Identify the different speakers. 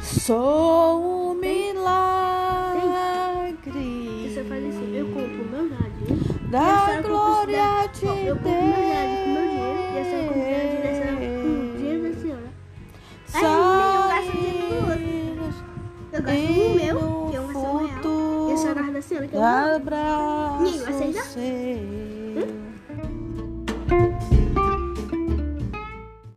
Speaker 1: Sou um milagre
Speaker 2: Você faz isso, eu compro meu nariz.
Speaker 1: da
Speaker 2: eu compro
Speaker 1: glória
Speaker 2: isso
Speaker 1: de
Speaker 2: daí. Ó, Eu compro meu nariz com meu dinheiro. E é a senhora compra o nariz da senhora com o
Speaker 1: Deus.
Speaker 2: dinheiro da senhora. Ai, eu gasto dinheiro com
Speaker 1: Saímos
Speaker 2: Eu gasto no
Speaker 1: e
Speaker 2: meu, que é
Speaker 1: no
Speaker 2: um real. E a senhora
Speaker 1: futuro
Speaker 2: Então, guarda da senhora, que é um real.
Speaker 1: abraço
Speaker 2: Ninho, aceita?
Speaker 1: seu.